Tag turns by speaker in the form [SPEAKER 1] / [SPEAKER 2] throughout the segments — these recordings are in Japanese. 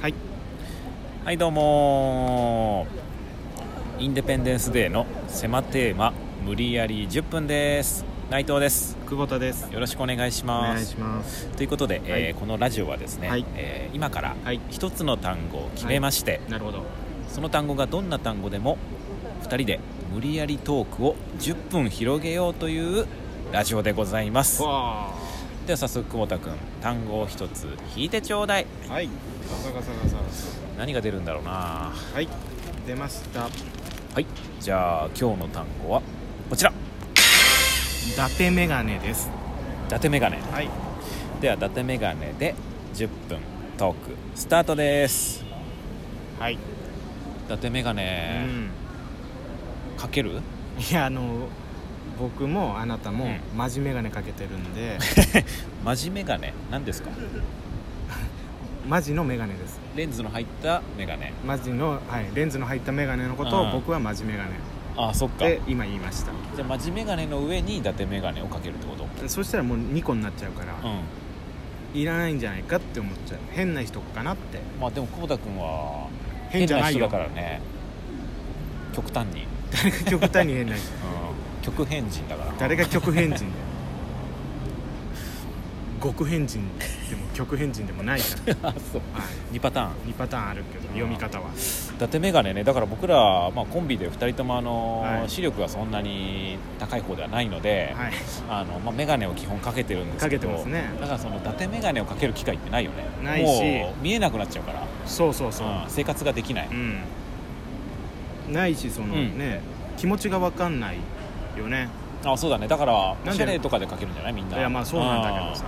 [SPEAKER 1] はい
[SPEAKER 2] はいどうもインデペンデンスデーの狭テーマ無理やり10分です内藤です
[SPEAKER 1] 久保田です
[SPEAKER 2] よろしくお願いし
[SPEAKER 1] お
[SPEAKER 2] ま
[SPEAKER 1] 願い
[SPEAKER 2] す
[SPEAKER 1] します
[SPEAKER 2] ということで、
[SPEAKER 1] は
[SPEAKER 2] え
[SPEAKER 1] い
[SPEAKER 2] ーこのラジオはですね、
[SPEAKER 1] はい
[SPEAKER 2] えー今から
[SPEAKER 1] はい
[SPEAKER 2] 一つの単語を決めまして、
[SPEAKER 1] なるほど
[SPEAKER 2] その単語がどんな単語でも2人で無理やりトークを10分広げようというラジオでございます
[SPEAKER 1] わ
[SPEAKER 2] では早速久保田君単語を一つ引いてちょうだい
[SPEAKER 1] ーはいガサガサガサ
[SPEAKER 2] 何が出るんだろうな
[SPEAKER 1] はい出ました
[SPEAKER 2] はいじゃあ今日の単語はこちら
[SPEAKER 1] 伊達メガネです
[SPEAKER 2] 伊達メガネ
[SPEAKER 1] はい
[SPEAKER 2] では伊達メガネで10分トークスタートです
[SPEAKER 1] はい
[SPEAKER 2] 伊達メガ
[SPEAKER 1] う
[SPEAKER 2] ネ
[SPEAKER 1] ん
[SPEAKER 2] かける
[SPEAKER 1] いやあの僕もあなたも
[SPEAKER 2] う
[SPEAKER 1] マジメガネかけてるんで
[SPEAKER 2] マジメガネ何ですか
[SPEAKER 1] マジのメガネです
[SPEAKER 2] レンズの入ったメガネ
[SPEAKER 1] マジの、はい、レンズの入ったメガネのこと
[SPEAKER 2] うん
[SPEAKER 1] を僕はマジメガネ
[SPEAKER 2] ああそっか
[SPEAKER 1] で
[SPEAKER 2] じ
[SPEAKER 1] 今言いました
[SPEAKER 2] ゃあマジメガネの上に伊達メガネをかけるってこと
[SPEAKER 1] そしたらもう2個になっちゃうから
[SPEAKER 2] うん
[SPEAKER 1] いらないんじゃないかって思っちゃう変な人かなって
[SPEAKER 2] まあでも久保田君は
[SPEAKER 1] 変じゃない
[SPEAKER 2] 変な人だ
[SPEAKER 1] よ
[SPEAKER 2] からね極端に、
[SPEAKER 1] 誰が極端に変な人
[SPEAKER 2] うん、極変人だから
[SPEAKER 1] 誰が極変人だよ極変人でも極変人でもないから
[SPEAKER 2] あ そう
[SPEAKER 1] はい
[SPEAKER 2] 2パターン
[SPEAKER 1] 2パターンあるけど読み方は
[SPEAKER 2] 伊達メガネねだから僕ら、まあ、コンビで2人ともあの、
[SPEAKER 1] はい
[SPEAKER 2] 視力がそんなに高い方ではないので、
[SPEAKER 1] はい
[SPEAKER 2] あのまあ、メガネを基本かけてるんです
[SPEAKER 1] か
[SPEAKER 2] け
[SPEAKER 1] け
[SPEAKER 2] ど
[SPEAKER 1] てますね
[SPEAKER 2] だからその伊達メガネをかける機会ってないよね
[SPEAKER 1] ないし
[SPEAKER 2] もう見えなくなっちゃうから、
[SPEAKER 1] そうそうそう
[SPEAKER 2] うん生活ができない、
[SPEAKER 1] うんないしその
[SPEAKER 2] うん
[SPEAKER 1] ね気持ちが分かんないよね
[SPEAKER 2] あそうだねだから
[SPEAKER 1] で
[SPEAKER 2] おしゃれとかでかけるんじゃないみん
[SPEAKER 1] い
[SPEAKER 2] な
[SPEAKER 1] やまあそうなんだけどさ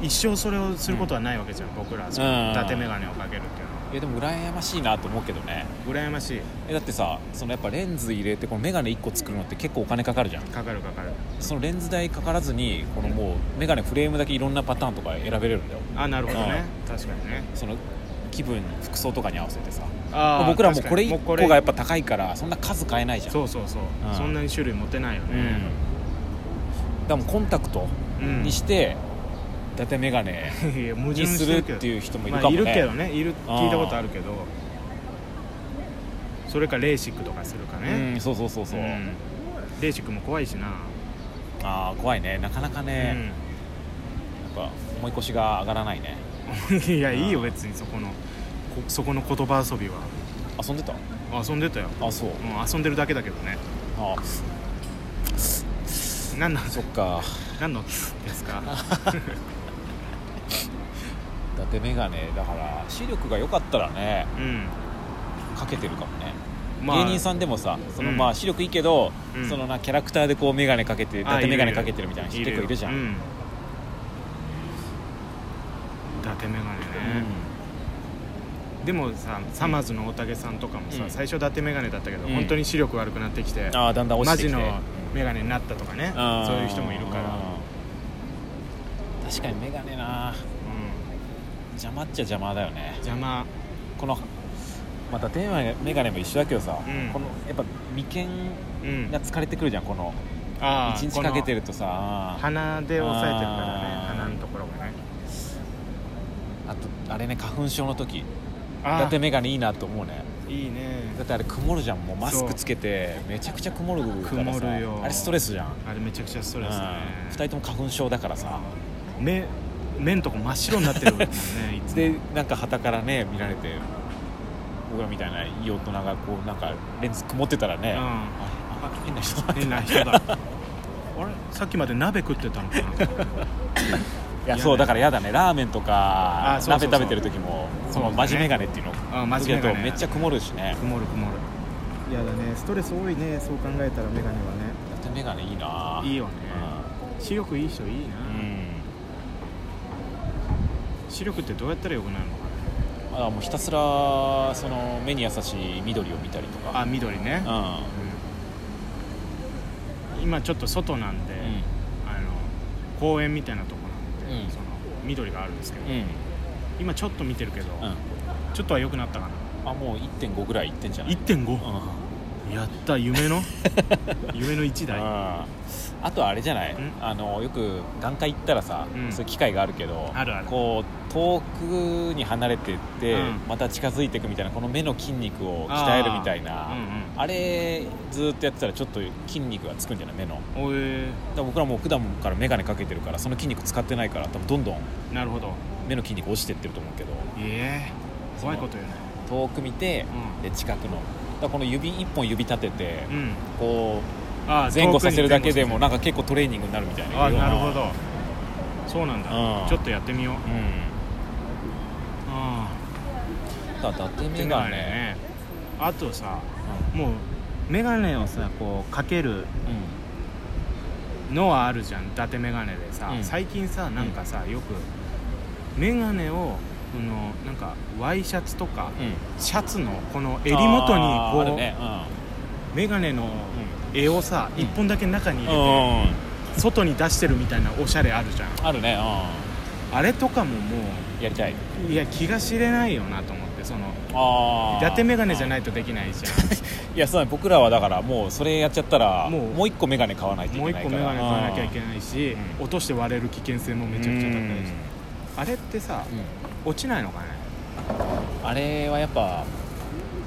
[SPEAKER 1] うん一生それをすることはないわけじゃん僕らはその
[SPEAKER 2] うん
[SPEAKER 1] 伊達眼鏡をかけるっていうのは
[SPEAKER 2] うんいやでも羨ましいなと思うけどね
[SPEAKER 1] 羨ましい
[SPEAKER 2] えだってさそのやっぱレンズ入れてこのメガネ1個作るのって結構お金かかるじゃん
[SPEAKER 1] かかるかかる
[SPEAKER 2] そのレンズ代かからずにこのもうメガネフレームだけいろんなパターンとか選べれるんだよ
[SPEAKER 1] あなるほどね確かにね
[SPEAKER 2] その気分服装とかに合わせてさ
[SPEAKER 1] あー
[SPEAKER 2] 僕らも
[SPEAKER 1] 確
[SPEAKER 2] こ
[SPEAKER 1] か
[SPEAKER 2] れ
[SPEAKER 1] にもう
[SPEAKER 2] 1個がやっぱ高いからそんな数買えないじゃん
[SPEAKER 1] そうそうそう、
[SPEAKER 2] うん
[SPEAKER 1] そんなに種類持てないよ
[SPEAKER 2] うん
[SPEAKER 1] ね、
[SPEAKER 2] だからもうコンタクト
[SPEAKER 1] うん
[SPEAKER 2] にして、伊達眼鏡
[SPEAKER 1] いや矛
[SPEAKER 2] に
[SPEAKER 1] 盾
[SPEAKER 2] す
[SPEAKER 1] し
[SPEAKER 2] る
[SPEAKER 1] る
[SPEAKER 2] っ
[SPEAKER 1] けど
[SPEAKER 2] ていう人もいる
[SPEAKER 1] まあ、
[SPEAKER 2] かも
[SPEAKER 1] い、
[SPEAKER 2] ね
[SPEAKER 1] るけどねいる
[SPEAKER 2] あー
[SPEAKER 1] 聞いたことあるけどそれかレーシックとかするかね、
[SPEAKER 2] うんそうそうそうそう、
[SPEAKER 1] うんレーシックも怖いしな、
[SPEAKER 2] ああ怖いねなかなかね、やっぱ思い越しが上がらないね
[SPEAKER 1] うん いや
[SPEAKER 2] うん
[SPEAKER 1] いいよ別にそこのこそこの言葉遊びは
[SPEAKER 2] 遊んでた
[SPEAKER 1] 遊んでたよ、
[SPEAKER 2] あそう
[SPEAKER 1] うん、遊んでるだけだけどね
[SPEAKER 2] あ
[SPEAKER 1] 何の
[SPEAKER 2] そっか
[SPEAKER 1] 何のです か
[SPEAKER 2] 伊達眼鏡だから視力が良かったらね
[SPEAKER 1] うん
[SPEAKER 2] かけてるかもね、
[SPEAKER 1] まあ
[SPEAKER 2] 芸人さんでもさその、
[SPEAKER 1] うん
[SPEAKER 2] まあ視力いいけど、
[SPEAKER 1] うん
[SPEAKER 2] そのなキャラクターでこう眼鏡かけて伊
[SPEAKER 1] あ
[SPEAKER 2] 達
[SPEAKER 1] いる
[SPEAKER 2] 眼
[SPEAKER 1] い
[SPEAKER 2] 鏡
[SPEAKER 1] る
[SPEAKER 2] かけてるみたいな人結構いるじゃん、
[SPEAKER 1] う
[SPEAKER 2] うん
[SPEAKER 1] ん伊達眼鏡ね、でもさサマーズの大竹さんとかもさ、
[SPEAKER 2] うん
[SPEAKER 1] 最初伊達眼鏡だったけど、
[SPEAKER 2] うん
[SPEAKER 1] 本当に視力悪くなってきて
[SPEAKER 2] ああだんだん落
[SPEAKER 1] マ
[SPEAKER 2] ちて
[SPEAKER 1] ジ
[SPEAKER 2] きて
[SPEAKER 1] の眼鏡になったとかね
[SPEAKER 2] あー
[SPEAKER 1] そういう人もいるから、
[SPEAKER 2] 確かに眼鏡な
[SPEAKER 1] うん、
[SPEAKER 2] 邪魔っちゃ邪魔だよね
[SPEAKER 1] 邪魔
[SPEAKER 2] このまたテーマ眼鏡も一緒だけどさ、
[SPEAKER 1] うん
[SPEAKER 2] このやっぱ眉
[SPEAKER 1] うん
[SPEAKER 2] 間が疲れてくるじゃんこの
[SPEAKER 1] あ
[SPEAKER 2] 1日かけてるとさあー
[SPEAKER 1] 鼻で押さえてるからね
[SPEAKER 2] あー
[SPEAKER 1] 鼻のところがね
[SPEAKER 2] あとあれね花粉症の時伊
[SPEAKER 1] あ
[SPEAKER 2] 達眼鏡いいなと思うね
[SPEAKER 1] ーいいね
[SPEAKER 2] だってあれ曇るじゃんもうマスクつけてめちゃくちゃ曇るからさ
[SPEAKER 1] 曇るよ
[SPEAKER 2] あれストレスじゃん
[SPEAKER 1] あれめちゃくちゃスト
[SPEAKER 2] うん
[SPEAKER 1] レスだね
[SPEAKER 2] 2人とも花粉症だからさ
[SPEAKER 1] 目目んとこ真っ白になってるもんねいつも
[SPEAKER 2] でなんか旗からね見られて僕らみたいないい大人がこうなんかレンズ曇ってたらね、
[SPEAKER 1] うん
[SPEAKER 2] ああ変な人だ
[SPEAKER 1] 変な人だあれさっきまで鍋食ってたのかない
[SPEAKER 2] やそうだからやだねラーメンとか
[SPEAKER 1] あそうそ
[SPEAKER 2] 鍋
[SPEAKER 1] うそう
[SPEAKER 2] 食べてる時もそ
[SPEAKER 1] そうだ
[SPEAKER 2] の
[SPEAKER 1] ね
[SPEAKER 2] マジメガネっていうの
[SPEAKER 1] あマジメガネ
[SPEAKER 2] つけるとめっちゃ曇るしね
[SPEAKER 1] 曇る曇るいやだねストレス多いねそう考えたら眼鏡はね
[SPEAKER 2] だってメガネいいない
[SPEAKER 1] い
[SPEAKER 2] い
[SPEAKER 1] よね視力いい人いいな、
[SPEAKER 2] うん、うん
[SPEAKER 1] 視力ってどうやったらよくなるのか
[SPEAKER 2] あもうひたすらその目に優しい緑を見たりと
[SPEAKER 1] な
[SPEAKER 2] か
[SPEAKER 1] あ緑ね、
[SPEAKER 2] う
[SPEAKER 1] うん今ちょっと外なんで、
[SPEAKER 2] んうん
[SPEAKER 1] あの公園みたいなとこなんで、
[SPEAKER 2] うん
[SPEAKER 1] その緑があるんですけど、
[SPEAKER 2] うん
[SPEAKER 1] 今ちょっと見てるけど、
[SPEAKER 2] うん
[SPEAKER 1] ちょっとは良くなったかな
[SPEAKER 2] あもう1.5ぐらいいってんじゃない
[SPEAKER 1] 1.5、
[SPEAKER 2] う
[SPEAKER 1] やった夢 の夢の一台あ
[SPEAKER 2] ああとはあれじゃない
[SPEAKER 1] ん
[SPEAKER 2] あのよく眼科行ったらさ、
[SPEAKER 1] うん
[SPEAKER 2] そういう機会があるけど
[SPEAKER 1] るある
[SPEAKER 2] こう遠くに離れてって、
[SPEAKER 1] うん
[SPEAKER 2] また近づいていくみたいなこの目の筋肉を鍛えるみたいな
[SPEAKER 1] う
[SPEAKER 2] あ,、
[SPEAKER 1] ん
[SPEAKER 2] れずっとやってたらちょっと筋肉がつくんじゃない目のだか
[SPEAKER 1] うんおえ
[SPEAKER 2] ら僕らもう普段から眼鏡かけてるからその筋肉使ってないから多分どんどん
[SPEAKER 1] ー、なるほど
[SPEAKER 2] 目の筋肉落ちてってると思うけど
[SPEAKER 1] ええ怖いこと言うね
[SPEAKER 2] 遠く見て、で近くのだからこの指一本指立てて、
[SPEAKER 1] うん、うん、
[SPEAKER 2] こ
[SPEAKER 1] あ
[SPEAKER 2] う
[SPEAKER 1] ー
[SPEAKER 2] 前後させるだけで
[SPEAKER 1] 遠く
[SPEAKER 2] も
[SPEAKER 1] に
[SPEAKER 2] なんか結構トレーニングになるみたい
[SPEAKER 1] 前
[SPEAKER 2] な
[SPEAKER 1] 後させるあーなるほどそうなんだ
[SPEAKER 2] うん
[SPEAKER 1] ちょっとやってみよう
[SPEAKER 2] うん
[SPEAKER 1] ああ
[SPEAKER 2] だから伊達眼
[SPEAKER 1] が
[SPEAKER 2] 鏡
[SPEAKER 1] ねあとさもう眼鏡をさこうかける
[SPEAKER 2] う
[SPEAKER 1] のはあるじゃん伊達眼鏡でさ、
[SPEAKER 2] うん
[SPEAKER 1] 最近さなんかさよく眼鏡をこのなんかワイシャツとか
[SPEAKER 2] んうん
[SPEAKER 1] シャツのこの襟元に
[SPEAKER 2] あーある
[SPEAKER 1] こ
[SPEAKER 2] ね
[SPEAKER 1] う眼鏡の絵をさ
[SPEAKER 2] うん
[SPEAKER 1] 一本だけ中に
[SPEAKER 2] う
[SPEAKER 1] 入
[SPEAKER 2] ん
[SPEAKER 1] れて
[SPEAKER 2] うん
[SPEAKER 1] 外に出してるみたいなおしゃれあるじゃん
[SPEAKER 2] あるね
[SPEAKER 1] あれとかもも
[SPEAKER 2] うんやりたいう
[SPEAKER 1] いや気が知れないよなと思ってその
[SPEAKER 2] あ
[SPEAKER 1] 伊
[SPEAKER 2] あ
[SPEAKER 1] 達眼鏡じゃ
[SPEAKER 2] い
[SPEAKER 1] ないとできないじゃ
[SPEAKER 2] いやそうだね僕らはだからもうそれやっちゃったらも
[SPEAKER 1] も
[SPEAKER 2] う
[SPEAKER 1] う
[SPEAKER 2] 一個眼鏡買わないと
[SPEAKER 1] ん
[SPEAKER 2] い
[SPEAKER 1] もう
[SPEAKER 2] け
[SPEAKER 1] 一
[SPEAKER 2] ない
[SPEAKER 1] 個
[SPEAKER 2] か
[SPEAKER 1] 眼
[SPEAKER 2] ら
[SPEAKER 1] 鏡買わなきゃいけないし
[SPEAKER 2] うん
[SPEAKER 1] 落として割れる危険性もめちゃくちゃ高いしあれってさ
[SPEAKER 2] うん
[SPEAKER 1] 落ちないのかね
[SPEAKER 2] うんあれはやっぱ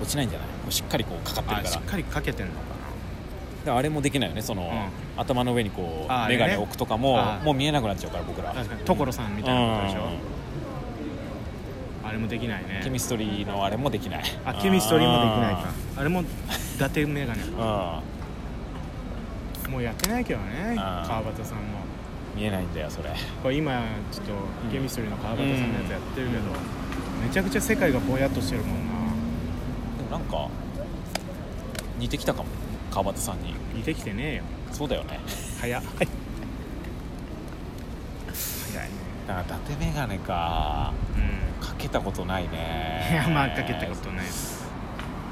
[SPEAKER 2] 落ちないんじゃないもうしっかりこうかかってる
[SPEAKER 1] あ
[SPEAKER 2] から
[SPEAKER 1] しっかりかけてんのか
[SPEAKER 2] だからあれもできないよねその、
[SPEAKER 1] う
[SPEAKER 2] 頭の上にこう
[SPEAKER 1] ああれ
[SPEAKER 2] 眼
[SPEAKER 1] ね
[SPEAKER 2] 鏡置くとかも、
[SPEAKER 1] ああ
[SPEAKER 2] もう見えなくなっちゃうから僕ら
[SPEAKER 1] な確かに所さんみたいなことでしょあれもできない
[SPEAKER 2] うんケミ
[SPEAKER 1] ね
[SPEAKER 2] ストリーのあれもできない
[SPEAKER 1] あケミストリーもできないかあれも伊達眼鏡
[SPEAKER 2] か
[SPEAKER 1] もうやってないけどね
[SPEAKER 2] あー
[SPEAKER 1] 川端さんも
[SPEAKER 2] うん見えないんだよそれ
[SPEAKER 1] これ今ちょっとケミストリーの川端さんのやつやってるけど、めちゃくちゃ世界がぼやっとしてるもんな
[SPEAKER 2] でもなんか似てきたかも川端さんに
[SPEAKER 1] 似てきてねえよ
[SPEAKER 2] そうだよね
[SPEAKER 1] 早っ早いね
[SPEAKER 2] だから伊達眼鏡か
[SPEAKER 1] う
[SPEAKER 2] かけたことない
[SPEAKER 1] んい
[SPEAKER 2] ね
[SPEAKER 1] やまあかけたことない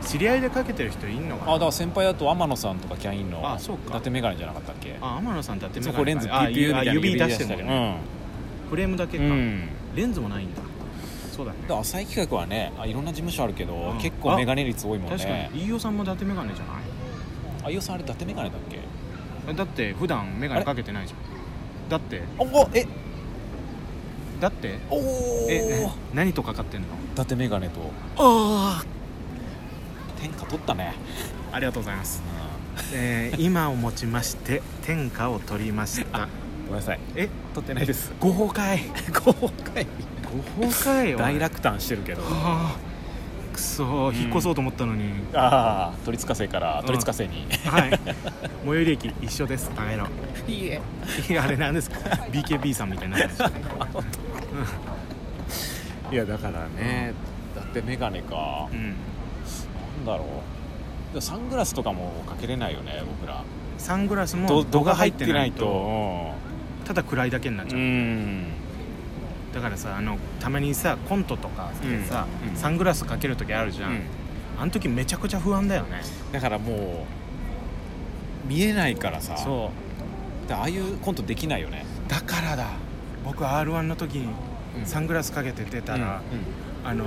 [SPEAKER 1] 知り合いでかけてる人いんのか
[SPEAKER 2] あ
[SPEAKER 1] な
[SPEAKER 2] だから先輩だと天野さんとかキャインの
[SPEAKER 1] あそう
[SPEAKER 2] 伊
[SPEAKER 1] か
[SPEAKER 2] 達眼鏡じゃなかったっけ
[SPEAKER 1] あ天野さんだって
[SPEAKER 2] そこレンズピ
[SPEAKER 1] あ
[SPEAKER 2] ュピュみたいな
[SPEAKER 1] 指出して
[SPEAKER 2] た
[SPEAKER 1] る
[SPEAKER 2] り
[SPEAKER 1] もんね、フレームだけ
[SPEAKER 2] う
[SPEAKER 1] か、
[SPEAKER 2] ん、うん
[SPEAKER 1] レンズもないんだそうだね
[SPEAKER 2] で浅井企画はねあいろんな事務所あるけど、
[SPEAKER 1] うん
[SPEAKER 2] 結構メガネ率多いもんね
[SPEAKER 1] 確かに飯尾さんも伊達眼鏡じゃない
[SPEAKER 2] あ飯尾さんあれ伊達メガネだっけ
[SPEAKER 1] だって普段眼
[SPEAKER 2] あれ
[SPEAKER 1] 鏡かけてないじゃんだって
[SPEAKER 2] おおえ
[SPEAKER 1] だって
[SPEAKER 2] おお
[SPEAKER 1] え何とかかってんの
[SPEAKER 2] 伊達メガネと
[SPEAKER 1] あ
[SPEAKER 2] 天下取ったね、
[SPEAKER 1] ありがとうございます、えー、今をもちまして天下を取りました
[SPEAKER 2] ごめんなさい
[SPEAKER 1] え
[SPEAKER 2] 取ってないです
[SPEAKER 1] ご崩壊
[SPEAKER 2] 公開
[SPEAKER 1] ご崩壊よ
[SPEAKER 2] 大落胆してるけど
[SPEAKER 1] はあくそ
[SPEAKER 2] ん
[SPEAKER 1] ー引っ越そうと思ったのに、
[SPEAKER 2] ああ都立火星から
[SPEAKER 1] うん
[SPEAKER 2] 都立火星に
[SPEAKER 1] はい最寄り駅一緒ですバカ野郎
[SPEAKER 2] いいえ
[SPEAKER 1] いやあれなんですか BKB さんみたいになってましたね
[SPEAKER 2] いやだからね伊達メガネか
[SPEAKER 1] うん
[SPEAKER 2] なんだろうでもサングラスとかもかけれないよね僕ら
[SPEAKER 1] サングラスも
[SPEAKER 2] ど
[SPEAKER 1] 度が入ってない
[SPEAKER 2] 度
[SPEAKER 1] とただ暗いだけになっ
[SPEAKER 2] が入ってない
[SPEAKER 1] ち
[SPEAKER 2] と
[SPEAKER 1] ゃ
[SPEAKER 2] う
[SPEAKER 1] う、
[SPEAKER 2] ん
[SPEAKER 1] だからさあのたまにさコントとかでさ、
[SPEAKER 2] うんうん
[SPEAKER 1] サングラスかける時あるじゃん、
[SPEAKER 2] うん
[SPEAKER 1] あの時めちゃくちゃ不安だよね
[SPEAKER 2] だからもう見えないからさ
[SPEAKER 1] そ
[SPEAKER 2] だからああいうコントできないよね
[SPEAKER 1] うだからだ僕 r 1の時に
[SPEAKER 2] うん
[SPEAKER 1] サングラスかけて出たら、
[SPEAKER 2] うん
[SPEAKER 1] あの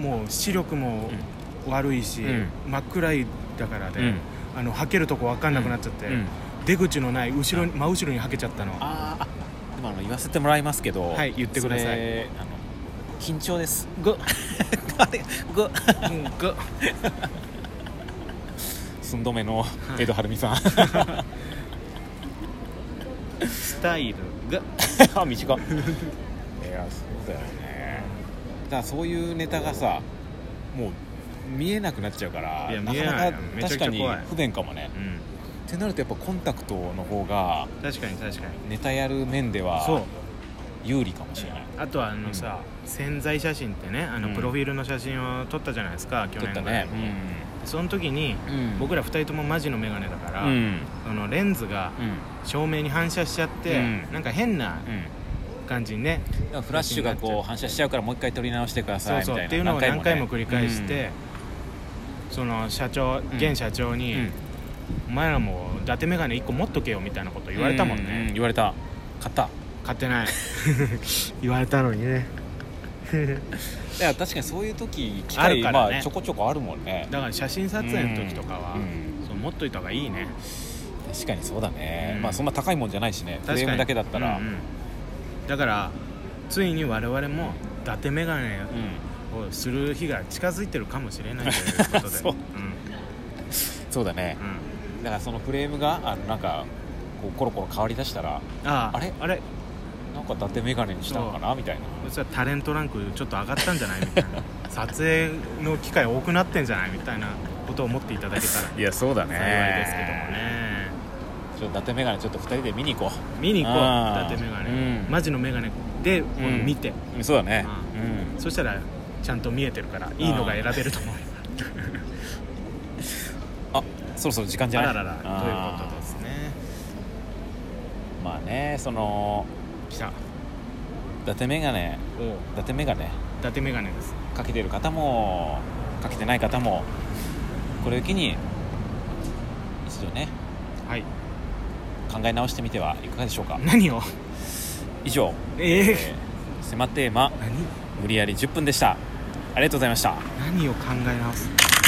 [SPEAKER 1] もう視力も悪いし、
[SPEAKER 2] うん
[SPEAKER 1] 真っ暗いだからで、
[SPEAKER 2] うん
[SPEAKER 1] あのはけるとこ分かんなくなっちゃって、
[SPEAKER 2] うん
[SPEAKER 1] 出口のない後ろに真後ろにはけちゃったの
[SPEAKER 2] あーあでもあの言わせてもらいますけど
[SPEAKER 1] はい言ってください
[SPEAKER 2] それあの緊張です グッあれグッ
[SPEAKER 1] うんぐ
[SPEAKER 2] 寸止めの江戸晴美さん
[SPEAKER 1] スタイルが
[SPEAKER 2] あ短っいやそうだよねだからそういうネタがさもう見えなくなっちゃうから
[SPEAKER 1] いや
[SPEAKER 2] なか
[SPEAKER 1] 見えない
[SPEAKER 2] な
[SPEAKER 1] よ
[SPEAKER 2] か
[SPEAKER 1] めちゃ
[SPEAKER 2] 確
[SPEAKER 1] くち
[SPEAKER 2] か
[SPEAKER 1] ゃ
[SPEAKER 2] に
[SPEAKER 1] 怖い
[SPEAKER 2] 不便かもね
[SPEAKER 1] う
[SPEAKER 2] ってなるとやっぱコンタクトの方が
[SPEAKER 1] ん確かに確かに
[SPEAKER 2] ネタやる面で
[SPEAKER 1] そう
[SPEAKER 2] は有利かもしれない
[SPEAKER 1] あとはあ
[SPEAKER 2] う
[SPEAKER 1] の
[SPEAKER 2] ん
[SPEAKER 1] さ、潜在写真ってねあ
[SPEAKER 2] う
[SPEAKER 1] の
[SPEAKER 2] ん
[SPEAKER 1] プロフィールの写真を撮ったじゃないですか、去
[SPEAKER 2] 撮っ
[SPEAKER 1] 年
[SPEAKER 2] た
[SPEAKER 1] ぐらい
[SPEAKER 2] ね
[SPEAKER 1] に、その時に
[SPEAKER 2] うん、うん、
[SPEAKER 1] 僕ら2人ともマジの眼鏡だから、
[SPEAKER 2] うんうん
[SPEAKER 1] あのレンズが照明に反射しちゃって、
[SPEAKER 2] うん
[SPEAKER 1] なんか変な
[SPEAKER 2] うん
[SPEAKER 1] 感じにね、
[SPEAKER 2] だからフラッシュがこう反射しちゃうからもう一回撮り直してください
[SPEAKER 1] そう
[SPEAKER 2] みた
[SPEAKER 1] そ
[SPEAKER 2] いうな
[SPEAKER 1] っていうのを何回も
[SPEAKER 2] ね
[SPEAKER 1] 繰り返して、その社長現社長
[SPEAKER 2] う
[SPEAKER 1] に、
[SPEAKER 2] んうん
[SPEAKER 1] お前らも伊達眼鏡1個持っとけよ」みたいなこと言われたもんね、
[SPEAKER 2] うう言われた買った
[SPEAKER 1] 買ってない言われたのにね
[SPEAKER 2] いや確かにそういう時機
[SPEAKER 1] あ
[SPEAKER 2] 会、
[SPEAKER 1] るから
[SPEAKER 2] ま
[SPEAKER 1] ね
[SPEAKER 2] あちょこちょこあるもんね
[SPEAKER 1] だから写真撮影の時とかは、
[SPEAKER 2] うん
[SPEAKER 1] そう持っといた方がいいね
[SPEAKER 2] 確かにそうだね、
[SPEAKER 1] うん
[SPEAKER 2] まあそんな高いもんじゃないしね
[SPEAKER 1] 確
[SPEAKER 2] フ
[SPEAKER 1] か
[SPEAKER 2] レ
[SPEAKER 1] に
[SPEAKER 2] ームだけだったら、
[SPEAKER 1] うんうんだからついに我々も伊達眼鏡
[SPEAKER 2] うん
[SPEAKER 1] をする日が近づいてるかもしれないということで
[SPEAKER 2] そうそうだね
[SPEAKER 1] うんうん
[SPEAKER 2] だからそのフレームがあのなんかこうコロコロ変わりだした
[SPEAKER 1] あ
[SPEAKER 2] ら
[SPEAKER 1] あ
[SPEAKER 2] あれ
[SPEAKER 1] あれ
[SPEAKER 2] なんか伊達眼鏡にしたのかなみたいな
[SPEAKER 1] そしたらタレントランクちょっと上がったんじゃないみたいな 撮影の機会多くなってんじゃないみたいなことを思っていただけたら
[SPEAKER 2] いやそうだ
[SPEAKER 1] 幸いですけどもね
[SPEAKER 2] ちょっと伊達眼鏡ちょっと2人で見に行こ
[SPEAKER 1] 見に行こう
[SPEAKER 2] あー
[SPEAKER 1] 伊達眼鏡、
[SPEAKER 2] うん
[SPEAKER 1] マジの眼鏡で、この見て
[SPEAKER 2] うそうだね
[SPEAKER 1] うそしたらちゃんと見えてるからいいのが選べると思うよ
[SPEAKER 2] あそろそろ時 間じ
[SPEAKER 1] あ
[SPEAKER 2] ゃない
[SPEAKER 1] らららということですね
[SPEAKER 2] すまあねその
[SPEAKER 1] 来た
[SPEAKER 2] 伊達眼鏡伊
[SPEAKER 1] おう
[SPEAKER 2] 達眼鏡
[SPEAKER 1] 伊達眼鏡です
[SPEAKER 2] かけてる方もかけてない方もこれを機に一度ね
[SPEAKER 1] はい
[SPEAKER 2] 考え直してみてはいかがでしょうか
[SPEAKER 1] 何を
[SPEAKER 2] 以上
[SPEAKER 1] ええ
[SPEAKER 2] ー迫ってま
[SPEAKER 1] 何
[SPEAKER 2] 無理やり10分でしたありがとうございました
[SPEAKER 1] 何を考え直す